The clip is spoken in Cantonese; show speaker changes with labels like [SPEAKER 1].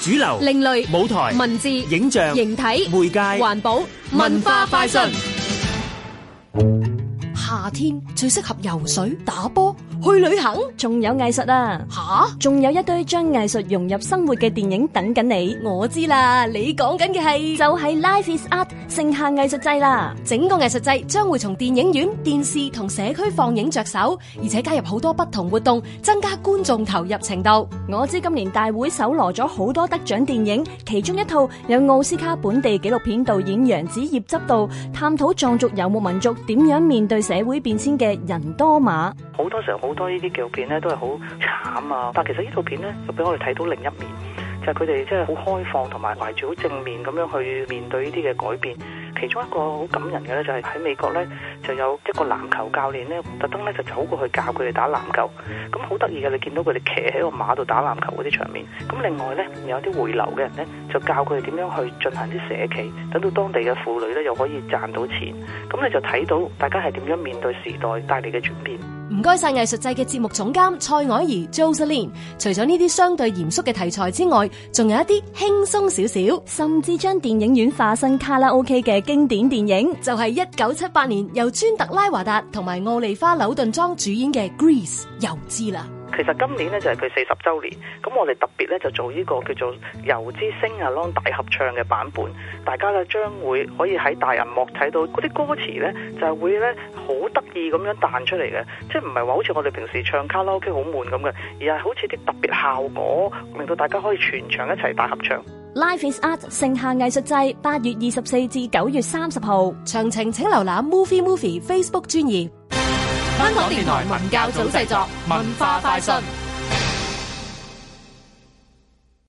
[SPEAKER 1] 主流、
[SPEAKER 2] 另類
[SPEAKER 1] 舞台、
[SPEAKER 2] 文字、
[SPEAKER 1] 影像、
[SPEAKER 2] 形體、
[SPEAKER 1] 媒介、
[SPEAKER 2] 環保、文化快訊。
[SPEAKER 3] 夏天最適合游水、打波、去旅行。
[SPEAKER 4] 仲有藝術啊！
[SPEAKER 3] 吓，
[SPEAKER 4] 仲有一堆將藝術融入生活嘅電影等緊你。
[SPEAKER 3] 我知啦，你講緊嘅係
[SPEAKER 4] 就係 Life is Art 盛夏藝術祭啦！
[SPEAKER 3] 整個藝術祭將會從電影院、電視同社區放映着手，而且加入好多不同活動，增加觀眾投入程度。
[SPEAKER 4] 我知今年大會搜羅咗好多得獎電影，其中一套有奧斯卡本地紀錄片導演楊子業執導，探討藏族游牧民族點樣面對社會變遷嘅人多馬。
[SPEAKER 5] 好多時候好多呢啲紀錄片咧都係好慘啊，但其實呢套片咧就俾我哋睇到另一面，就係佢哋即係好開放同埋懷住好正面咁樣去面對呢啲嘅改變。其中一個好感人嘅咧就係喺美國咧就有一個籃球教練咧特登咧就走過去教佢哋打籃球，咁好得意嘅，你見到佢哋騎喺個馬度打籃球嗰啲場面。咁另外咧有啲回流嘅人咧就教佢哋點樣去進行啲社企，等到當地嘅婦女咧又可以賺到錢。咁你就睇到大家係點樣面對時代帶嚟嘅轉變。
[SPEAKER 3] 唔該晒藝術祭嘅節目總監蔡凱儀 Joseline。除咗呢啲相對嚴肅嘅題材之外，仲有一啲輕鬆少少，
[SPEAKER 4] 甚至將電影院化身卡拉 OK 嘅經典電影。
[SPEAKER 3] 就係一九七八年由尊特拉華達同埋奧利花紐頓莊主演嘅《Grease》，油脂啦。
[SPEAKER 5] 其實今年咧就係佢四十週年，咁我哋特別咧就做呢個叫做油脂星啊 long 大合唱嘅版本，大家咧將會可以喺大銀幕睇到嗰啲歌詞咧就係會咧好得意咁樣彈出嚟嘅，即係唔係話好似我哋平時唱卡拉 OK 好悶咁嘅，而係好似啲特別效果，令到大家可以全場一齊大合唱。
[SPEAKER 4] Life is Art 盛夏藝術祭，八月二十四至九月三十號，
[SPEAKER 3] 詳情請瀏覽 Movie Movie Facebook 專頁。
[SPEAKER 2] 香港電台文教組製作，文化快訊。